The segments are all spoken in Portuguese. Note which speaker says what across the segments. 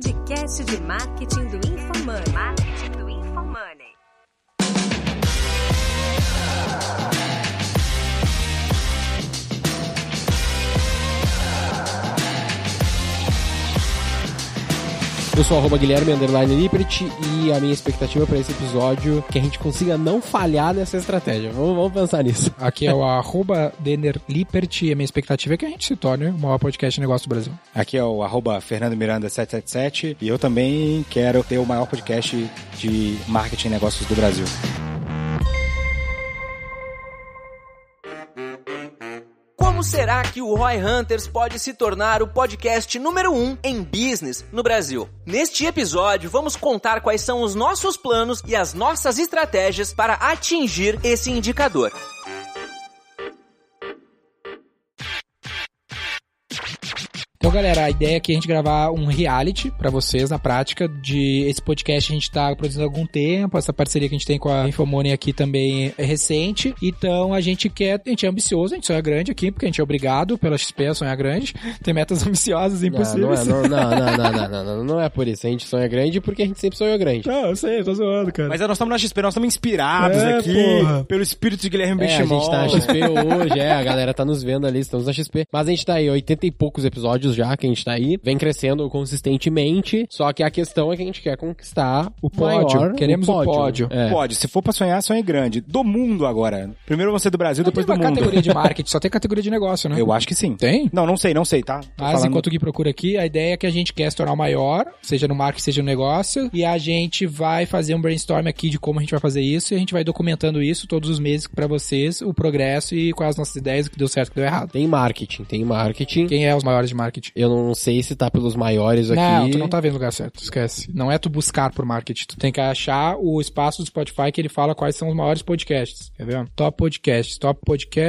Speaker 1: podcast de marketing do InfoMoney. Marketing do InfoMoney.
Speaker 2: Eu sou arroba Guilherme Underline Lippert e a minha expectativa para esse episódio é que a gente consiga não falhar nessa estratégia. Vamos, vamos pensar nisso.
Speaker 3: Aqui é o arroba Denner Lippert e a minha expectativa é que a gente se torne o maior podcast de negócio do Brasil.
Speaker 4: Aqui é o arroba Fernando Miranda 777 e eu também quero ter o maior podcast de marketing e negócios do Brasil.
Speaker 5: Como será que o Roy Hunters pode se tornar o podcast número 1 um em business no Brasil? Neste episódio, vamos contar quais são os nossos planos e as nossas estratégias para atingir esse indicador.
Speaker 3: Então, galera, a ideia aqui é a gente gravar um reality pra vocês na prática de esse podcast a gente tá produzindo há algum tempo, essa parceria que a gente tem com a Infomoney aqui também é recente. Então, a gente quer, a gente é ambicioso, a gente sonha grande aqui, porque a gente é obrigado pela XP a sonhar grande, tem metas ambiciosas e impossíveis.
Speaker 2: Não, não, é, não, não, não, não, não, não, não é por isso. A gente sonha grande porque a gente sempre sonhou grande.
Speaker 3: Não, eu sei, eu tô zoando, cara.
Speaker 4: Mas é, nós estamos na XP, nós estamos inspirados
Speaker 3: É,
Speaker 4: aqui
Speaker 3: porra.
Speaker 4: pelo espírito de
Speaker 2: É,
Speaker 4: Guilherme
Speaker 2: a
Speaker 4: Benchimol.
Speaker 2: gente tá na XP hoje, é, a galera tá nos vendo ali, estamos na XP. Mas a gente tá aí, 80 e poucos episódios já que a gente tá aí, vem crescendo consistentemente, só que a questão é que a gente quer conquistar
Speaker 3: O pódio,
Speaker 2: maior,
Speaker 3: queremos o pódio.
Speaker 2: É.
Speaker 4: Pode, se for pra sonhar, sonhe grande. Do mundo agora. Primeiro você do Brasil, depois do
Speaker 3: Tem uma
Speaker 4: mundo.
Speaker 3: categoria de marketing, só tem categoria de negócio, né?
Speaker 4: Eu acho que sim.
Speaker 3: Tem?
Speaker 4: Não, não sei, não sei, tá? Tô
Speaker 3: Mas
Speaker 4: falando-
Speaker 3: enquanto o Gui procura aqui, a ideia é que a gente quer se tornar o maior, seja no marketing, seja no negócio, e a gente vai fazer um brainstorm aqui de como a gente vai fazer isso, e a gente vai documentando isso todos os meses pra vocês, o progresso e quais as nossas ideias, o que deu certo, o que deu errado.
Speaker 2: Tem marketing, tem marketing.
Speaker 3: Quem é os maiores de marketing?
Speaker 2: Eu não sei se tá pelos maiores aqui.
Speaker 3: Não, tu não tá vendo o lugar certo, esquece. Não é tu buscar por marketing, tu tem que achar o espaço do Spotify que ele fala quais são os maiores podcasts, quer ver? Top podcasts, top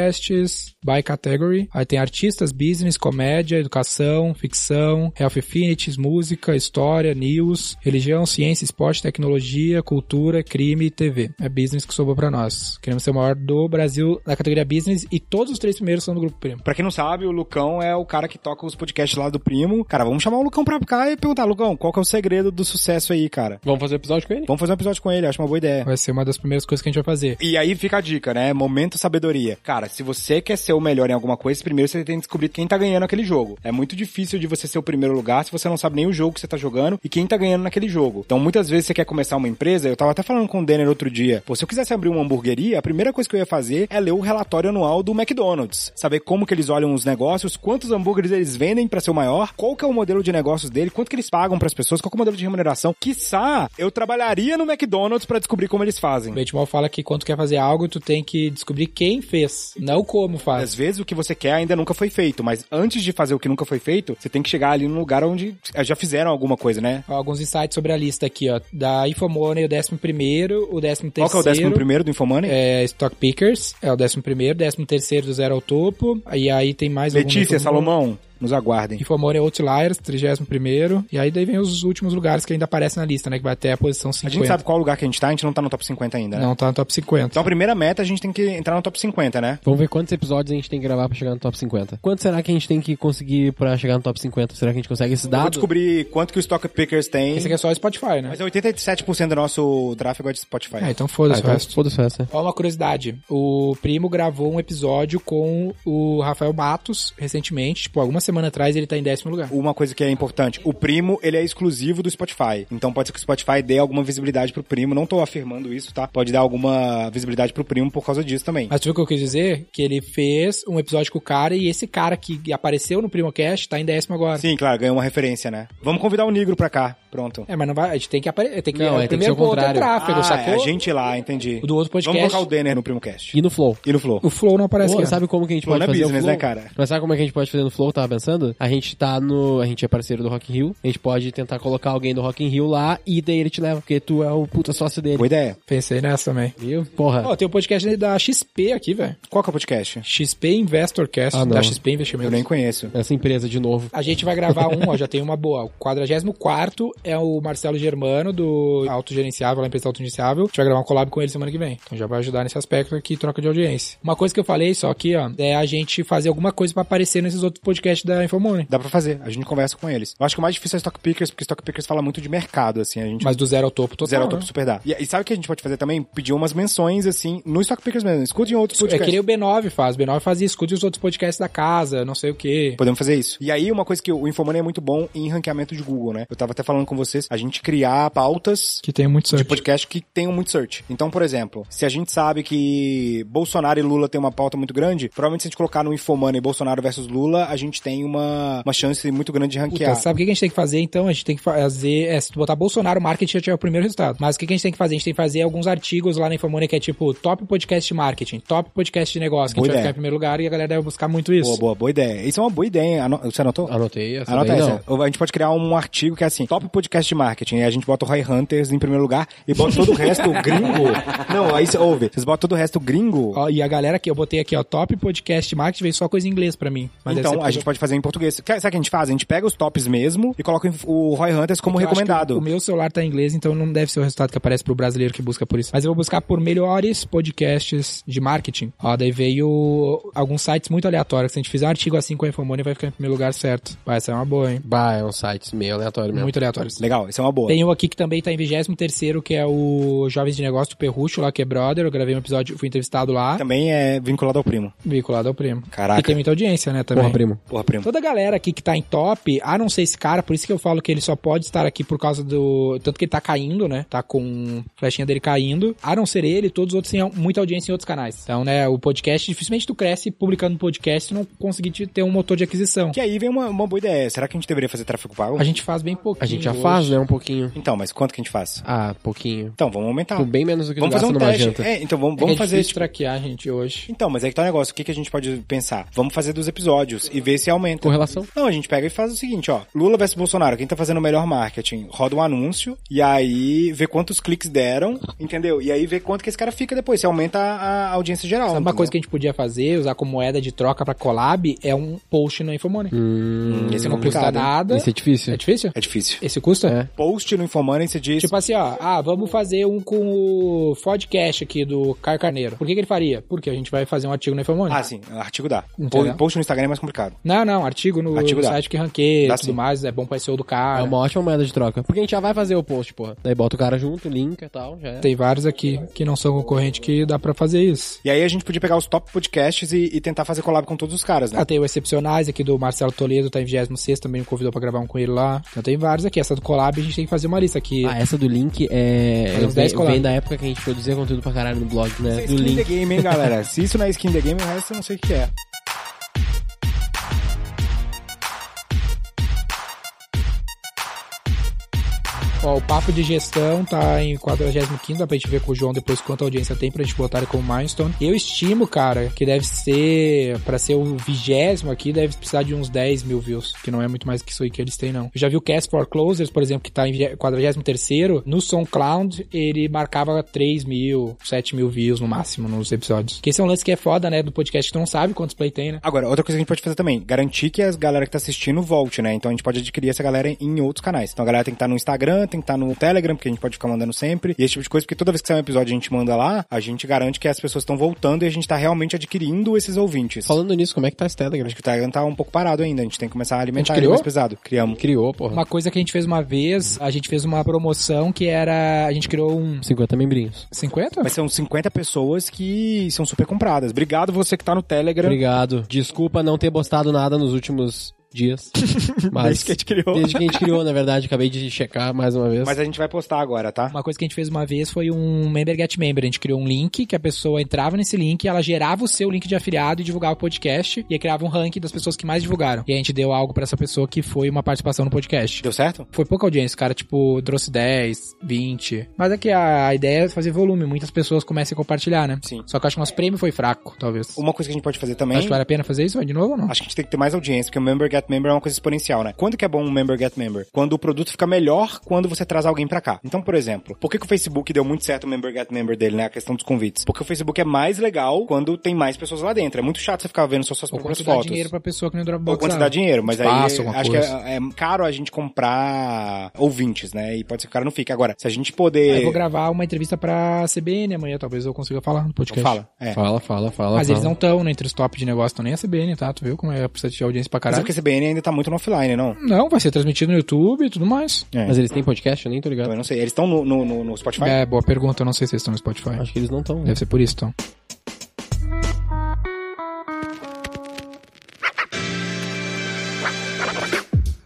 Speaker 3: podcasts by category. Aí tem artistas, business, comédia, educação, ficção, health affinities, música, história, news, religião, ciência, esporte, tecnologia, cultura, crime e TV. É business que sobrou pra nós. Queremos ser o maior do Brasil na categoria business e todos os três primeiros são do grupo primo.
Speaker 4: Pra quem não sabe, o Lucão é o cara que toca os podcasts lá do Primo. Cara, vamos chamar o Lucão pra cá e perguntar, Lucão, qual que é o segredo do sucesso aí, cara?
Speaker 2: Vamos fazer um episódio com ele?
Speaker 4: Vamos fazer um episódio com ele, acho uma boa ideia.
Speaker 3: Vai ser uma das primeiras coisas que a gente vai fazer.
Speaker 4: E aí fica a dica, né? Momento sabedoria. Cara, se você quer ser o melhor em alguma coisa, primeiro você tem que descobrir quem tá ganhando aquele jogo. É muito difícil de você ser o primeiro lugar se você não sabe nem o jogo que você tá jogando e quem tá ganhando naquele jogo. Então muitas vezes você quer começar uma empresa, eu tava até falando com o Denner outro dia, pô, se eu quisesse abrir uma hamburgueria, a primeira coisa que eu ia fazer é ler o relatório anual do McDonald's, saber como que eles olham os negócios, quantos hambúrgueres eles vendem pra ser o maior, qual que é o modelo de negócios dele, quanto que eles pagam pras pessoas, qual que é o modelo de remuneração. Quiçá, eu trabalharia no McDonald's pra descobrir como eles fazem.
Speaker 3: O Benchmall fala que quando tu quer fazer algo, tu tem que descobrir quem fez, não como
Speaker 4: Às
Speaker 3: faz.
Speaker 4: vezes o que você quer ainda nunca foi feito, mas antes de fazer o que nunca foi feito, você tem que chegar ali num lugar onde eh, já fizeram alguma coisa, né?
Speaker 3: Ó, Alguns insights sobre a lista aqui, ó. Da Infomoney, o décimo primeiro, o décimo
Speaker 4: Qual
Speaker 3: terceiro...
Speaker 4: que é o décimo primeiro do Infomoney?
Speaker 3: É Stock Pickers, é o décimo primeiro, décimo terceiro do zero ao topo, e aí tem mais algum-
Speaker 4: Letícia,
Speaker 3: algum-
Speaker 4: Salomão, nos aguardem.
Speaker 3: Infomoney Outliers, trigésimo primeiro, e aí daí vem os últimos lugares que ainda aparecem na lista, né, que vai até a posição
Speaker 4: A
Speaker 3: 50.
Speaker 4: gente sabe qual lugar que a gente tá, a gente não tá no top 50 ainda, né?
Speaker 3: Não tá no top 50.
Speaker 4: Então a primeira meta a gente tem que entrar no top 50, né?
Speaker 2: Vamos ver quantos episódios a gente tem que gravar pra chegar no top 50. Quanto será que a gente tem que conseguir pra chegar no top 50? Será que a gente consegue esse
Speaker 4: Vou
Speaker 2: dado?
Speaker 4: descobrir quanto que o Stock Pickers tem.
Speaker 3: Esse aqui é só o Spotify, né?
Speaker 4: Mas é 87% do nosso tráfego é de Spotify.
Speaker 3: Ah, então foda-se o
Speaker 2: então
Speaker 3: resto.
Speaker 2: foda-se essa.
Speaker 3: Ó, uma curiosidade. O primo gravou um episódio com o Rafael Matos recentemente. Tipo, alguma semana atrás ele tá em décimo lugar.
Speaker 4: Uma coisa que é importante, o primo, ele é exclusivo do Spotify. Então pode ser que o Spotify dê alguma visibilidade pro primo, não tô afirmando isso, tá? Pode dar alguma visibilidade pro primo por causa disso também.
Speaker 3: Mas tu viu o que eu quis dizer? Que ele fez um episódio com o cara e esse cara que apareceu no Primocast tá em décimo agora.
Speaker 4: Sim, claro, ganhou uma referência, né? Vamos convidar o Negro pra cá. Pronto.
Speaker 3: É, mas não vai. A gente tem que aparecer. Tem que,
Speaker 2: Não,
Speaker 3: o
Speaker 2: é, tem que
Speaker 3: primeiro
Speaker 2: ser o
Speaker 3: ponto é
Speaker 2: contrário.
Speaker 3: tráfego,
Speaker 4: Ah,
Speaker 3: sacou?
Speaker 4: é, a gente lá, entendi.
Speaker 3: O do outro podcast.
Speaker 4: Vamos colocar o Denner no Primocast.
Speaker 2: E no Flow.
Speaker 4: E no Flow.
Speaker 3: O Flow não aparece.
Speaker 2: Pô,
Speaker 3: cara.
Speaker 2: sabe como que a gente
Speaker 4: Flow
Speaker 2: pode
Speaker 4: não é
Speaker 2: fazer
Speaker 4: business,
Speaker 2: o Flow?
Speaker 4: né, cara?
Speaker 2: Mas sabe como é que a gente pode fazer no Flow? Tava pensando? A gente tá no... A gente é parceiro do Rock in Rio. A gente pode tentar colocar alguém do Rock in Rio lá e daí ele te leva, porque tu é o puta sócio dele.
Speaker 4: Boa ideia.
Speaker 3: Pensei nessa também.
Speaker 2: Viu? Porra.
Speaker 3: Ó, tem o podcast da XP aqui, velho.
Speaker 4: Qual que é o podcast?
Speaker 3: XP Investorcast,
Speaker 2: Ah, não.
Speaker 3: da XP
Speaker 4: Eu
Speaker 3: Investimentos.
Speaker 4: nem conheço.
Speaker 2: Essa empresa de novo.
Speaker 3: A gente vai gravar um, ó, já tem uma boa. O 44 é o Marcelo Germano, do Autogerenciável, lá empresa Autogerenciável. A gente vai gravar um collab com ele semana que vem. Então já vai ajudar nesse aspecto aqui, troca de audiência. Uma coisa que eu falei só aqui, ó, é a gente fazer alguma coisa pra aparecer nesses outros podcasts da Infomoney.
Speaker 4: Dá pra fazer, a gente conversa com eles. Eu acho que o mais difícil é Stock Pickers, porque Stock Pickers fala muito de mercado, assim, a gente
Speaker 3: Mas do zero ao topo total.
Speaker 4: zero ao topo
Speaker 3: né?
Speaker 4: super dá. E, e sabe o que a gente pode fazer também? Pedir umas menções, assim, no Stock Pickers mesmo, escutem outros
Speaker 3: É
Speaker 4: podcasts.
Speaker 3: que nem o B9 faz. O B9 fazia, escute os outros podcasts da casa, não sei o quê.
Speaker 4: Podemos fazer isso. E aí, uma coisa que o Infomoney é muito bom em ranqueamento de Google, né? Eu tava até falando com vocês, a gente criar pautas
Speaker 3: Que tem muito
Speaker 4: de
Speaker 3: search.
Speaker 4: podcast que tenham muito search. Então, por exemplo, se a gente sabe que Bolsonaro e Lula tem uma pauta muito grande, provavelmente se a gente colocar no Infomoney Bolsonaro versus Lula, a gente tem uma, uma chance muito grande de
Speaker 3: Puta,
Speaker 4: ranquear.
Speaker 3: Então, sabe o que a gente tem que fazer então? A gente tem que fazer. É, se tu botar Bolsonaro, marketing já tiver o primeiro resultado. Mas o que a gente tem que fazer? A gente tem que fazer alguns artigos lá na Infomoney que é tipo top podcast de marketing, top podcast de negócio, que a
Speaker 4: Boa
Speaker 3: gente vai
Speaker 4: ideia.
Speaker 3: ficar em primeiro lugar e a galera deve buscar muito isso.
Speaker 4: Boa, boa, boa ideia. Isso é uma boa ideia, hein? Ano- Você anotou?
Speaker 2: Anotei essa
Speaker 4: Anota
Speaker 2: daí,
Speaker 4: essa.
Speaker 2: não.
Speaker 4: A gente pode criar um artigo que é assim, top podcast de marketing. Aí a gente bota o Roy Hunters em primeiro lugar e bota todo o resto gringo. Não, aí você ouve. Vocês botam todo o resto gringo.
Speaker 3: Ó, e a galera que eu botei aqui, ó, top podcast de marketing, veio só coisa em inglês pra mim. Mas deve
Speaker 4: então,
Speaker 3: ser
Speaker 4: a gente pode fazer em português. Quer- Sabe o que a gente faz? A gente pega os tops mesmo e coloca o Roy Hunters como
Speaker 3: Eu acho que
Speaker 4: recomendado.
Speaker 3: O meu celular tá em inglês, então não deve ser o resultado que aparece pro brasileiro que busca por isso. Mas eu vou buscar por melhores podcasts de marketing. Ó, daí veio alguns sites muito aleatórios. Se a gente fizer um artigo assim com a Infomoney, vai ficar em primeiro lugar certo. Vai, essa é uma boa, hein?
Speaker 2: Bah, é um site meio aleatório mesmo.
Speaker 3: Muito aleatórios.
Speaker 4: Legal, isso é uma boa.
Speaker 3: Tem um aqui que também tá em 23 que é o Jovens de Negócio do Perrucho, lá que é brother. Eu gravei um episódio, fui entrevistado lá,
Speaker 2: Tá.
Speaker 4: Também é vinculado ao primo.
Speaker 3: vinculado ao primo.
Speaker 4: Caraca.
Speaker 3: E tem muita audiência, né, também.
Speaker 2: Porra, primo.
Speaker 4: Porra, primo.
Speaker 3: Toda a galera aqui que tá em top, a não ser esse cara, por isso que eu falo que ele só pode estar aqui por causa do. Tanto que ele tá caindo, né? Tá com a flechinha dele caindo. A não ser ele, todos os outros têm muita audiência em outros canais. Então, né, o podcast, dificilmente tu cresce publicando podcast e não conseguir te- ter um motor de aquisição.
Speaker 4: Que aí vem uma, uma boa ideia. Será que a gente deveria fazer tráfego pago?
Speaker 3: A gente faz bem pouquinho.
Speaker 2: A gente já faz,
Speaker 3: hoje.
Speaker 2: né? Um pouquinho.
Speaker 4: Então, mas quanto que a gente faz?
Speaker 2: Ah, pouquinho.
Speaker 4: Então, vamos aumentar.
Speaker 2: Tipo, bem menos do que
Speaker 4: Vamos
Speaker 2: tu
Speaker 4: fazer
Speaker 2: gasta
Speaker 4: um
Speaker 2: numa
Speaker 4: teste.
Speaker 2: janta.
Speaker 4: É, então vamos,
Speaker 3: Vamos
Speaker 4: vamos
Speaker 3: é
Speaker 4: fazer
Speaker 3: fazer
Speaker 4: tipo,
Speaker 3: traquear, gente, hoje.
Speaker 4: Então, mas aí que tá o negócio. O que, que a gente pode pensar? Vamos fazer dos episódios e ver se aumenta.
Speaker 2: Correlação.
Speaker 4: Não, a gente pega e faz o seguinte, ó. Lula versus Bolsonaro, quem tá fazendo o melhor marketing? Roda um anúncio e aí vê quantos cliques deram, entendeu? E aí vê quanto que esse cara fica depois. Se aumenta a, a audiência geral.
Speaker 3: Sabe é uma
Speaker 4: entendeu?
Speaker 3: coisa que a gente podia fazer, usar como moeda de troca pra collab, é um post no Infomoney.
Speaker 2: Hum,
Speaker 4: Esse é
Speaker 3: não custa
Speaker 4: complicado, hein?
Speaker 3: nada.
Speaker 2: Isso é difícil.
Speaker 3: É difícil?
Speaker 4: É difícil.
Speaker 3: Esse custa?
Speaker 2: É.
Speaker 4: Post no Infomoney, você diz...
Speaker 3: Tipo assim, ó, ah, vamos fazer um com o podcast aqui do Caio Carneiro. Por que, que ele faria? Porque a gente vai fazer um artigo no Infomoney.
Speaker 4: Ah, sim, artigo dá.
Speaker 3: Entendeu?
Speaker 4: Post no Instagram é mais complicado.
Speaker 3: Não, não, artigo no
Speaker 4: Artigo dá.
Speaker 3: site que ranqueia e
Speaker 4: Dá
Speaker 3: tudo
Speaker 4: sim.
Speaker 3: mais, é bom pra SEO do
Speaker 2: É
Speaker 3: cara.
Speaker 2: uma ótima moeda de troca. Porque a gente já vai fazer o post, porra. Daí bota o cara junto, linka e tal, já é.
Speaker 3: Tem vários aqui que não são concorrentes que dá pra fazer isso.
Speaker 4: E aí a gente podia pegar os top podcasts e, e tentar fazer collab com todos os caras, né?
Speaker 3: Ah, tem o Excepcionais aqui do Marcelo Toledo, tá em 26, também me convidou pra gravar um com ele lá. Então tem vários aqui. Essa do Collab a gente tem que fazer uma lista aqui.
Speaker 2: Ah, essa do link é.
Speaker 3: Faz uns dez
Speaker 2: Vem,
Speaker 3: colagens.
Speaker 2: vem da época que a gente produzia conteúdo pra caralho no blog,
Speaker 4: Isso
Speaker 2: né?
Speaker 4: é
Speaker 2: Do
Speaker 4: skin the
Speaker 2: link.
Speaker 4: game, hein, galera? Se isso não é skin the game, o resto eu não sei o que é.
Speaker 3: Ó, o papo de gestão tá em 45, dá pra gente ver com o João depois quanta audiência tem pra gente botar ele como milestone. Eu estimo, cara, que deve ser, pra ser o vigésimo aqui, deve precisar de uns 10 mil views, que não é muito mais que isso aí que eles têm, não. Eu já vi o Cast for Closers, por exemplo, que tá em 43º, no SoundCloud ele marcava 3 mil, 7 mil views no máximo nos episódios. Que esse é um lance que é foda, né, do podcast que tu não sabe quantos play tem, né?
Speaker 4: Agora, outra coisa que a gente pode fazer também, garantir que a galera que tá assistindo volte, né? Então a gente pode adquirir essa galera em outros canais. Então a galera tem que estar no Instagram, tem que estar no Telegram, porque a gente pode ficar mandando sempre, e esse tipo de coisa, porque toda vez que sai um episódio e a gente manda lá, a gente garante que as pessoas estão voltando e a gente tá realmente adquirindo esses ouvintes.
Speaker 2: Falando nisso, como é que tá esse Telegram?
Speaker 4: Acho que o Telegram tá um pouco parado ainda, a gente tem que começar a alimentar
Speaker 3: A gente
Speaker 4: ele
Speaker 3: criou?
Speaker 4: mais pesado. Criamos.
Speaker 2: Criou, porra.
Speaker 3: Uma coisa que a gente fez uma vez, a gente fez uma promoção que era, a gente criou um
Speaker 2: 50 membrinhos.
Speaker 3: 50?
Speaker 4: Mas são 50 pessoas que são super compradas. Obrigado você que tá no Telegram.
Speaker 2: Obrigado. Desculpa não ter postado nada nos últimos dias. Mas
Speaker 4: Desde que a gente criou.
Speaker 2: Desde que a gente criou, na verdade, acabei de checar mais uma vez.
Speaker 4: Mas a gente vai postar agora, tá?
Speaker 3: Uma coisa que a gente fez uma vez foi um Member Get Member. A gente criou um link que a pessoa entrava nesse link, ela gerava o seu link de afiliado e divulgava o podcast. E aí criava um ranking das pessoas que mais divulgaram. E a gente deu algo pra essa pessoa que foi uma participação no podcast.
Speaker 4: Deu certo?
Speaker 3: Foi pouca audiência, cara. Tipo, trouxe 10, 20. Mas é que a ideia é fazer volume. Muitas pessoas começam a compartilhar, né?
Speaker 4: Sim.
Speaker 3: Só que eu acho que o nosso prêmio foi fraco, talvez.
Speaker 4: Uma coisa que a gente pode fazer também.
Speaker 3: Acho que vale a pena fazer isso? Vai de novo ou não?
Speaker 4: Acho que a gente tem que ter mais audiência, porque o Member Get get member é uma coisa exponencial, né? Quando que é bom um member get member? Quando o produto fica melhor quando você traz alguém pra cá. Então, por exemplo, por que, que o Facebook deu muito certo o member get member dele, né? A questão dos convites. Porque o Facebook é mais legal quando tem mais pessoas lá dentro. É muito chato você ficar vendo só suas
Speaker 3: Ou
Speaker 4: próprias
Speaker 3: quanto dá
Speaker 4: fotos.
Speaker 3: dinheiro pra pessoa que nem o Dropbox.
Speaker 4: Ou quando você
Speaker 3: lá.
Speaker 4: dá dinheiro, mas aí
Speaker 3: Espaço, alguma
Speaker 4: acho
Speaker 3: coisa.
Speaker 4: que é, é caro a gente comprar ouvintes, né? E pode ser que o cara não fique. Agora, se a gente poder.
Speaker 3: Ah, Eu vou gravar uma entrevista pra CBN amanhã, talvez eu consiga falar no
Speaker 4: Então
Speaker 3: podcast.
Speaker 4: fala. É.
Speaker 2: Fala, fala, fala.
Speaker 3: Mas
Speaker 2: fala.
Speaker 3: eles não estão entre os top de negócio, tão nem a CBN, tá? Tu viu como é precisa de audiência pra
Speaker 4: Mas é
Speaker 3: caralho?
Speaker 4: porque a CBN ainda tá muito no offline, não?
Speaker 3: Não, vai ser transmitido no YouTube e tudo mais.
Speaker 4: É.
Speaker 2: Mas eles têm podcast? Eu nem tô
Speaker 4: Então,
Speaker 2: ligado.
Speaker 4: eu não sei. Eles estão no, no, no- no Spotify?
Speaker 3: É, boa pergunta, eu não sei se eles estão no Spotify.
Speaker 2: Acho que eles não estão.
Speaker 3: É. Deve ser por isso, então.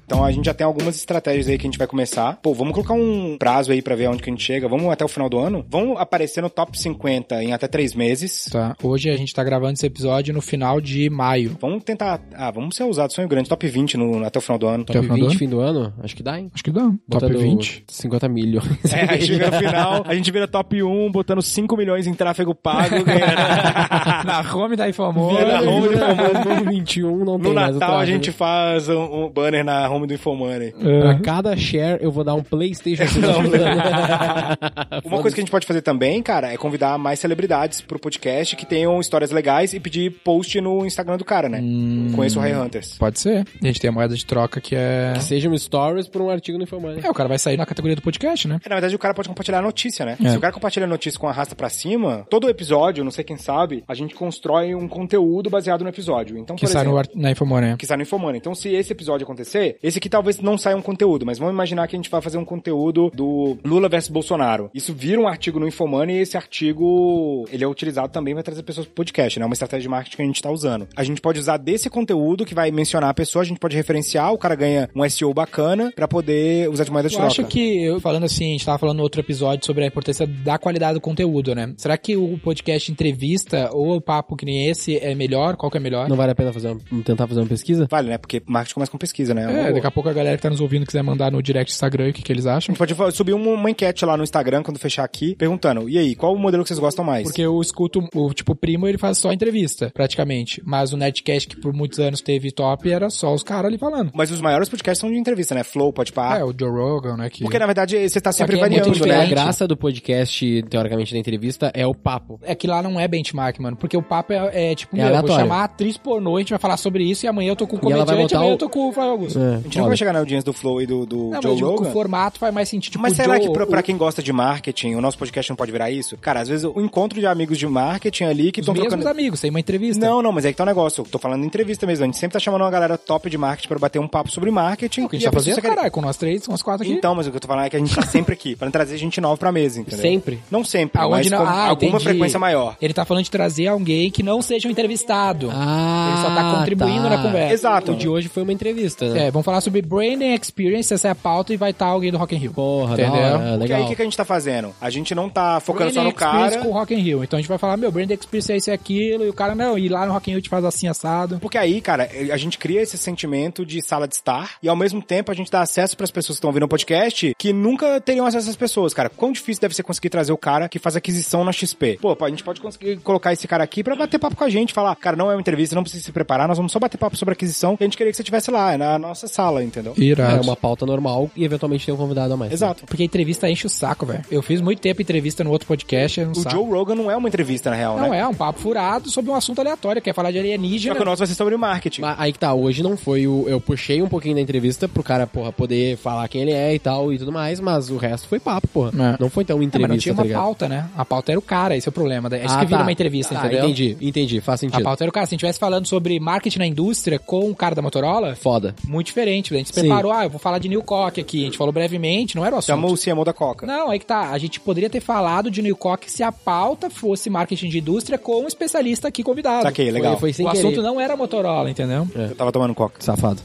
Speaker 4: Então a gente já tem algumas estratégias aí que a gente vai começar. Pô, vamos colocar um prazo aí pra ver aonde que a gente chega. Vamos até o final do ano? Vamos aparecer no top 50 em até três meses.
Speaker 3: Tá. Hoje a gente tá gravando esse episódio no final de maio.
Speaker 4: Vamos tentar. Ah, vamos ser ousados, sonho grande, top 20 no- até o final do ano.
Speaker 3: Até o
Speaker 2: Top
Speaker 3: final do
Speaker 2: 20
Speaker 3: ano?
Speaker 2: fim do ano? Acho que dá, hein?
Speaker 3: Acho que dá. Top
Speaker 2: Botando
Speaker 3: 20.
Speaker 2: 50 milhões.
Speaker 4: É, aí chega no final, a gente vira top 1, botando 5 milhões em tráfego pago, ganhando.
Speaker 3: Na home da
Speaker 4: Vira
Speaker 3: Infomoura.
Speaker 4: home. Vamos de famoso.
Speaker 2: No 21 não tem
Speaker 4: No
Speaker 2: mais o
Speaker 4: Natal a
Speaker 2: tráfego.
Speaker 4: gente faz um, um banner na home do Infomoney.
Speaker 2: Pra cada share eu vou dar um PlayStation.
Speaker 4: Uma coisa que a gente pode fazer também, cara, é convidar mais celebridades pro podcast que tenham histórias legais e pedir post no Instagram do cara, né?
Speaker 3: Hum.
Speaker 4: Conheço o Ray Hunters.
Speaker 3: Pode ser. A gente tem a moeda de troca que é...
Speaker 2: que seja um stories por um artigo no Informante.
Speaker 3: É, o cara vai sair na categoria do podcast, né?
Speaker 4: É, Na verdade, o cara pode compartilhar a notícia, né?
Speaker 3: É.
Speaker 4: Se o cara compartilha a notícia com arrasta pra cima, todo episódio, não sei quem sabe, a gente constrói um conteúdo baseado no episódio. Então,
Speaker 3: Que
Speaker 4: por
Speaker 3: sai
Speaker 4: exemplo,
Speaker 3: no ar- na Infomoura, né?
Speaker 4: que sai no Infomani. Então, se esse episódio acontecer, esse aqui talvez não saia um conteúdo, mas vamos imaginar que a gente vai fazer um conteúdo do Lula versus Bolsonaro. Isso vira um artigo no Infomani e esse artigo, ele é utilizado também para trazer pessoas pro podcast, né? É uma estratégia de marketing que a gente tá usando. A gente pode usar desse conteúdo que vai mencionar a pessoa, a gente pode referenciar, o cara ganha um SEO bacana para poder usar de moeda de
Speaker 3: Eu
Speaker 4: troca.
Speaker 3: acho que, eu, falando assim, a gente tava falando no outro episódio sobre a importância da qualidade do conteúdo, né? Será que o podcast entrevista ou o papo que nem esse é melhor? Qual que é melhor?
Speaker 2: Não vale a pena fazer um- tentar fazer uma pesquisa?
Speaker 4: Vale, né? Porque marketing começa com pesquisa, né?
Speaker 3: É,
Speaker 4: Uma
Speaker 3: daqui a pouco a galera que tá nos ouvindo quiser mandar no direct do Instagram o que, que eles
Speaker 4: A
Speaker 3: acham.
Speaker 4: gente pode fa- subir uma, uma enquete lá no Instagram quando fechar aqui, perguntando: e aí, qual o modelo que vocês gostam mais?
Speaker 3: Porque eu escuto, o tipo, o primo ele faz só entrevista, praticamente. Mas o Nerdcast, que por muitos anos teve top, era só os caras ali falando.
Speaker 4: Mas os maiores podcasts são de entrevista, né? Flow, pode
Speaker 3: É,
Speaker 4: parar.
Speaker 3: o Joe Rogan, né? Que...
Speaker 4: Porque na verdade você tá sempre
Speaker 3: que é muito
Speaker 4: variando,
Speaker 2: Porque a
Speaker 4: né?
Speaker 3: diferente.
Speaker 2: graça do podcast, teoricamente, da entrevista, é o papo.
Speaker 3: É que lá não é benchmark, mano. Porque o papo é, é, tipo,
Speaker 2: É
Speaker 3: meu, eu vou
Speaker 2: aleatório.
Speaker 3: chamar a atriz pornô, a gente vai falar sobre isso, e amanhã eu tô com o
Speaker 2: E ela vai
Speaker 3: comediante,
Speaker 2: botar
Speaker 3: amanhã
Speaker 2: o-
Speaker 3: eu tô com o Flávio Augusto.
Speaker 2: É,
Speaker 4: A gente não vai chegar na audiência do Flow e do, do
Speaker 3: Não, mas eu
Speaker 4: Joe
Speaker 3: digo que
Speaker 4: Rogan.
Speaker 3: o formato faz mais sentido.
Speaker 4: Mas
Speaker 3: tipo,
Speaker 4: será
Speaker 3: Joe-
Speaker 4: que pra,
Speaker 3: o-
Speaker 4: pra quem gosta de marketing, o nosso podcast não pode virar isso? Cara, às vezes o encontro de amigos de marketing ali que
Speaker 3: os
Speaker 4: estão
Speaker 3: mesmos
Speaker 4: trocando.
Speaker 3: amigos, tem uma entrevista.
Speaker 4: Não, não, mas é que tá um negócio. Eu tô falando em entrevista mesmo. A gente sempre tá chamando uma galera top de marketing pra bater um papo sobre marketing.
Speaker 3: O que a
Speaker 4: e
Speaker 3: gente tá
Speaker 4: pessoa
Speaker 3: fazendo,
Speaker 4: só quer-
Speaker 3: caralho, com nós três, com nós quatro aqui.
Speaker 4: Então, mas o que eu tô falando é que a gente tá sempre aqui, pra trazer gente nova pra mesa, entendeu?
Speaker 2: Sempre.
Speaker 4: Não sempre,
Speaker 3: Aonde
Speaker 4: mas
Speaker 3: não-
Speaker 4: com
Speaker 3: Ah,
Speaker 4: alguma
Speaker 3: entendi.
Speaker 4: frequência maior.
Speaker 3: Ele tá falando de trazer alguém que não seja um entrevistado.
Speaker 2: Ah,
Speaker 3: Ele só tá contribuindo na conversa.
Speaker 4: Exato.
Speaker 2: O de hoje foi uma entrevista, né?
Speaker 3: É, vamos falar sobre branding experience, essa é a pauta, e vai estar alguém do Rock in Rio.
Speaker 2: Porra, da
Speaker 3: Entendeu?
Speaker 2: hora,
Speaker 4: Porque aí o
Speaker 2: legal.
Speaker 4: que, que a gente tá fazendo? A gente não tá focando
Speaker 3: Branding
Speaker 4: só no
Speaker 3: experience
Speaker 4: cara.
Speaker 3: com o Rock in Rio. Então a gente vai falar, meu, branding experience é isso e aquilo, e o cara, não, e lá no Rock in Rio te faz assim assado.
Speaker 4: Porque aí, cara, é, a gente cria esse sentimento de sala de estar e ao mesmo tempo a gente dá acesso pras pessoas que estão ouvindo o podcast que nunca teriam acesso a essas pessoas, cara. Quão difícil deve ser conseguir trazer o cara que faz aquisição na XP? Pô, a gente pode conseguir colocar esse cara aqui pra bater papo com a gente, falar, cara, não é uma entrevista, não precisa se preparar, nós vamos só bater papo sobre aquisição e a gente queria que você estivesse lá, na nossa sala, entendeu?
Speaker 2: É
Speaker 3: Irado.
Speaker 2: uma pauta normal e eventualmente tem um convidado a mais.
Speaker 4: Exato.
Speaker 3: Porque a entrevista enche o saco, velho. Eu fiz muito tempo entrevista no outro podcast, é um
Speaker 4: O
Speaker 3: saco.
Speaker 4: Joe Rogan não é uma entrevista, na real,
Speaker 3: Não
Speaker 4: né?
Speaker 3: é, é um papo furado sobre um assunto aleatório, quer falar de
Speaker 4: Só
Speaker 3: alienígena.
Speaker 4: que o nosso vai ser sobre marketing.
Speaker 2: Mas aí que tá, hoje não foi o. Eu puxei um pouquinho da entrevista pro cara, porra, poder falar quem ele é e tal e tudo mais, mas o resto foi papo, porra.
Speaker 3: É.
Speaker 2: Não foi tão
Speaker 3: É, mas
Speaker 2: entrevista,
Speaker 3: não tinha
Speaker 2: tá
Speaker 3: uma
Speaker 2: ligado?
Speaker 3: pauta, né? A pauta era o cara, esse é o problema. É isso que vira uma entrevista,
Speaker 2: Ah,
Speaker 3: entendeu?
Speaker 2: entendi, entendi, faz
Speaker 3: A
Speaker 2: sentido.
Speaker 3: pauta era o cara. Se a gente estivesse falando sobre marketing na indústria com o cara da Motorola,
Speaker 2: Foda.
Speaker 3: muito diferente. né? A gente se
Speaker 2: Sim.
Speaker 3: preparou, ah, eu vou falar de New Cock aqui. A gente falou brevemente, não era o assunto.
Speaker 4: Chamou o CMO da Coca.
Speaker 3: Não, aí que tá. A gente poderia ter falado de New Cock se a pauta fosse marketing de indústria com um especialista aqui convidado.
Speaker 4: Saquei, legal.
Speaker 2: Foi, foi sem
Speaker 3: o
Speaker 2: querer.
Speaker 3: assunto não era Motorola, entendeu?
Speaker 4: Eu tava tomando Coca.
Speaker 2: Safado.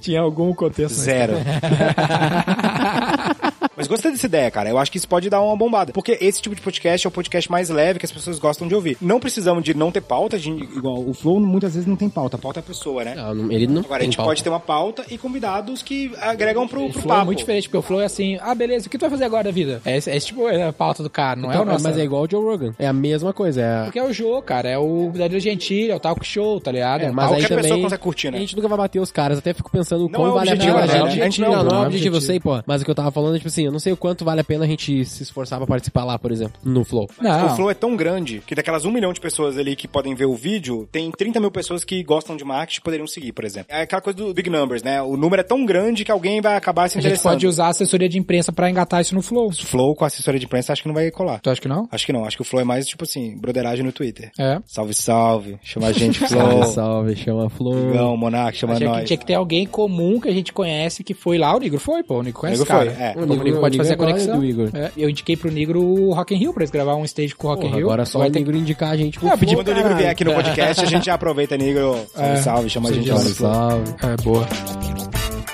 Speaker 3: Tinha algum contexto. né?
Speaker 4: Zero. Mas gostei dessa ideia, cara. Eu acho que isso pode dar uma bombada. Porque esse tipo de podcast é o podcast mais leve que as pessoas gostam de ouvir. Não precisamos de não ter pauta, a gente, igual o Flow muitas vezes não tem pauta. A pauta é a pessoa, né?
Speaker 2: Não, não- ele não
Speaker 4: Agora a
Speaker 2: tem
Speaker 4: gente
Speaker 2: pauta.
Speaker 4: pode ter uma pauta e convidados que agregam pro,
Speaker 3: O
Speaker 4: pro
Speaker 3: flow é
Speaker 4: papo.
Speaker 3: muito diferente, porque o flow é assim, ah, beleza, o que tu vai fazer agora da vida? É, esse- é esse tipo é a pauta do cara, não é o
Speaker 2: Então,
Speaker 3: nosso.
Speaker 2: mas é igual o Joe Rogan. É a mesma coisa. É a...
Speaker 3: Porque é o jogo, cara, é o Danilo Gentili, é o talk show, tá ligado?
Speaker 2: É,
Speaker 3: um
Speaker 2: mas
Speaker 3: talk
Speaker 2: aí
Speaker 4: Qualquer
Speaker 2: também,
Speaker 4: pessoa consegue curtir, né?
Speaker 2: A gente nunca vai bater os caras. Até fico pensando o
Speaker 4: Não
Speaker 2: quão
Speaker 4: é o
Speaker 2: vale
Speaker 4: objetivo,
Speaker 2: a
Speaker 3: né?
Speaker 2: pena.
Speaker 3: A gente
Speaker 2: não,
Speaker 3: não-
Speaker 2: não
Speaker 3: não
Speaker 2: é
Speaker 3: é
Speaker 2: o objetivo, eu
Speaker 3: objetivo.
Speaker 2: sei, pô. Mas o que eu tava falando é, tipo assim, eu não sei o quanto vale a pena a gente se esforçar pra participar lá, por exemplo, no Flow.
Speaker 3: Não.
Speaker 4: O Flow é tão grande que daquelas um milhão de pessoas ali que podem ver o vídeo, tem 30 mil pessoas que gostam de marketing e poderiam seguir, por exemplo. É aquela coisa do Big Numbers, né? O número é tão grande que alguém vai acabar se
Speaker 3: A gente
Speaker 4: interessando.
Speaker 3: pode usar a assessoria de imprensa pra engatar isso no flow.
Speaker 4: Flow com assessoria de imprensa acho que não vai colar.
Speaker 3: Tu acha que não?
Speaker 4: Acho que não. Acho que o Flow é mais, tipo assim, broderagem no Twitter.
Speaker 3: É.
Speaker 4: Salve, salve. Chama a gente, Flow.
Speaker 2: Salve, salve, chama Flow.
Speaker 4: Não, Monark, chama
Speaker 3: Achei que
Speaker 4: nós.
Speaker 3: tinha que ter alguém comum que a gente conhece que foi lá. O Negro foi, pô. O Negro conhece
Speaker 4: Nego
Speaker 3: o cara.
Speaker 4: foi, é.
Speaker 3: O Negro,
Speaker 2: O
Speaker 3: pode
Speaker 2: Negro
Speaker 3: fazer
Speaker 2: é
Speaker 3: a
Speaker 2: brother
Speaker 3: conexão.
Speaker 2: do Igor.
Speaker 3: É, eu indiquei pro Negro o Rock in Rio pra eles gravar um stage com o Rock in
Speaker 2: Porra,
Speaker 3: Rio.
Speaker 2: agora só o
Speaker 3: Agora tem
Speaker 2: Negro indicar a gente pro
Speaker 3: É,
Speaker 2: Flow.
Speaker 3: pedir-
Speaker 4: Quando o Negro
Speaker 3: caralho.
Speaker 4: vier aqui no podcast, a gente já aproveita, Negro. Salve,
Speaker 3: É.
Speaker 4: salve. Chama a gente lá no
Speaker 2: Salve,
Speaker 4: Flow.
Speaker 2: salve. Tá,
Speaker 3: que- É, boa.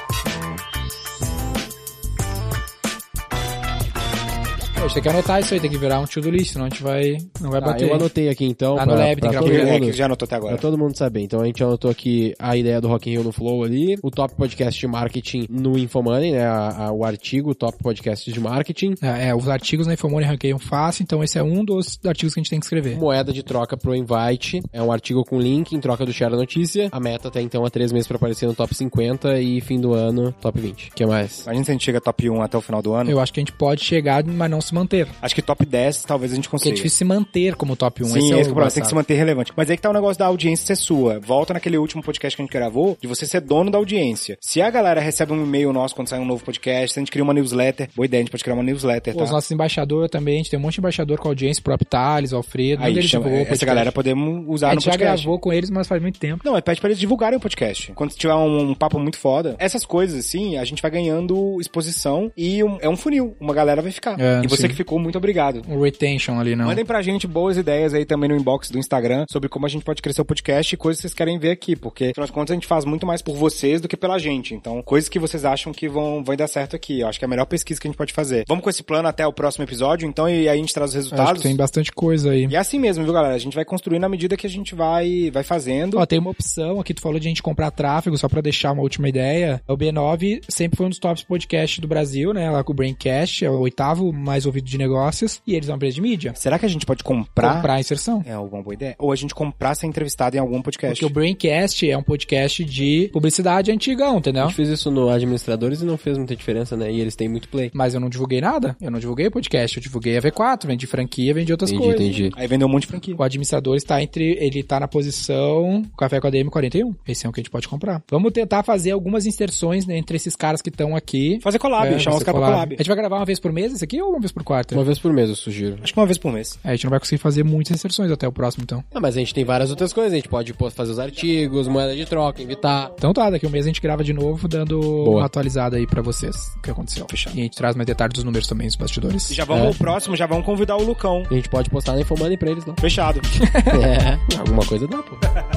Speaker 3: Pô, A gente tem que anotar isso aí, tem que virar um to-do list, senão a gente vai, não vai
Speaker 2: Tá,
Speaker 3: bater.
Speaker 2: eu anotei aqui então.
Speaker 3: Tá no lab, tem que
Speaker 2: todo
Speaker 3: gravar.
Speaker 4: É,
Speaker 2: mundo.
Speaker 4: que já anotou até agora.
Speaker 2: Pra todo mundo saber. Então a gente anotou aqui a ideia do Rock in Rio no Flow ali, o top podcast de marketing no Infomoney, né? a- a- o artigo top podcast de marketing,
Speaker 3: É, é, os artigos na Infomone ranqueiam fácil, então esse é um dos artigos que a gente tem que escrever.
Speaker 2: moeda de troca pro invite, é um artigo com link em troca do share da notícia. A meta até então é três meses pra aparecer no top 50 e fim do ano top 20. O que mais?
Speaker 4: Imagina se a gente chega top 1 até o final do ano.
Speaker 3: Eu acho que a gente pode chegar, mas não se manter.
Speaker 4: Acho que top 10 talvez a gente
Speaker 3: Porque é
Speaker 4: consiga.
Speaker 3: difícil se manter como top 1.
Speaker 4: Sim, esse
Speaker 3: esse
Speaker 4: é,
Speaker 3: o
Speaker 4: o problema, tem que se
Speaker 3: engraçado.
Speaker 4: manter relevante. Mas aí que tá o negócio da audiência ser sua. Volta naquele último podcast que a gente gravou, de você ser dono da audiência. Se a galera recebe um e-mail nosso quando sai um novo podcast, se a gente cria uma newsletter, boa ideia, a gente pode criar uma newsletter,
Speaker 3: Pô,
Speaker 4: tá?
Speaker 3: Os nossos embaixadores também, a gente tem um monte de embaixador com audiência, o próprio Thales, o Alfredo. um
Speaker 4: Aí
Speaker 3: deles
Speaker 4: chama,
Speaker 3: divulgou o
Speaker 4: essa
Speaker 3: podcast.
Speaker 4: galera podemos usar
Speaker 3: A
Speaker 4: no
Speaker 3: gente já
Speaker 4: podcast.
Speaker 3: gravou com eles, mas faz muito tempo.
Speaker 4: Não, é pede pra eles divulgarem o podcast. Quando tiver um, um papo muito foda, essas coisas, assim, a gente vai ganhando exposição e um- é um funil. Uma galera vai ficar.
Speaker 3: É,
Speaker 4: e você
Speaker 3: sim.
Speaker 4: que ficou, muito obrigado.
Speaker 3: Um retention ali, não.
Speaker 4: Mandem pra gente boas ideias aí também no inbox do Instagram sobre como a gente pode crescer o podcast e coisas que vocês querem ver aqui, porque afinal de contas a gente faz muito mais por vocês do que pela gente. Então, coisas que vocês acham que vão, vão dar certo aqui. Eu acho que é a melhor pesquisa que a gente pode fazer. Vamos com esse plano até o próximo episódio, então, e aí a gente traz os
Speaker 3: Acho que
Speaker 4: resultados.
Speaker 3: tem bastante coisa aí.
Speaker 4: E é assim mesmo, viu, galera? A gente vai construindo na medida que a gente vai, vai fazendo.
Speaker 3: Ó, tem uma opção aqui, tu falou de a gente comprar tráfego, só pra deixar uma última ideia. O B9 sempre foi um dos tops podcast do Brasil, né? Lá com o Braincast, é o oitavo mais ouvido de negócios. E eles são uma empresa de mídia.
Speaker 4: Será que a gente pode comprar?
Speaker 3: Comprar a inserção.
Speaker 4: É uma boa ideia. Ou a gente comprar ser entrevistado em algum podcast.
Speaker 3: Porque o Braincast é um podcast de publicidade antigão,
Speaker 2: A
Speaker 3: entendeu?
Speaker 2: gente fez isso no Administradores e não fez muita diferença, né? E eles têm muito play.
Speaker 3: Mas eu não divulguei nada. Eu não divulguei podcast. Eu divulguei a V4, vendi franquia, vendi outras
Speaker 2: Entendi,
Speaker 3: coisas.
Speaker 2: entendi.
Speaker 4: Aí vendeu um monte de franquia.
Speaker 3: O administrador está entre. Ele está na posição Café com a DM 41. Esse é o que a gente pode comprar. Vamos tentar fazer algumas inserções né, entre esses caras que estão aqui.
Speaker 4: Fazer collab,
Speaker 3: É,
Speaker 4: chamar os
Speaker 3: você
Speaker 4: caras pra
Speaker 3: collab.
Speaker 4: collab.
Speaker 3: A gente vai gravar uma vez por mês esse aqui ou uma vez por quarta?
Speaker 2: Uma vez por mês, eu sugiro.
Speaker 4: Acho que uma vez por mês.
Speaker 3: É, a gente não vai conseguir fazer muitas inserções até o próximo, então.
Speaker 2: Ah, mas a gente tem várias outras coisas. A gente pode pô, fazer os artigos, moeda de troca, invitar.
Speaker 3: Então tá, daqui a um mês a gente grava de novo, dando uma atualizada aí pra vocês o que aconteceu.
Speaker 4: Fechado.
Speaker 3: E a gente traz mais detalhes dos números também, dos bastidores.
Speaker 4: E já vamos
Speaker 2: É.
Speaker 4: ao próximo, já vamos convidar o Lucão.
Speaker 2: A gente pode postar na Infomani pra eles, não.
Speaker 4: Fechado.
Speaker 2: É, alguma coisa dá, pô.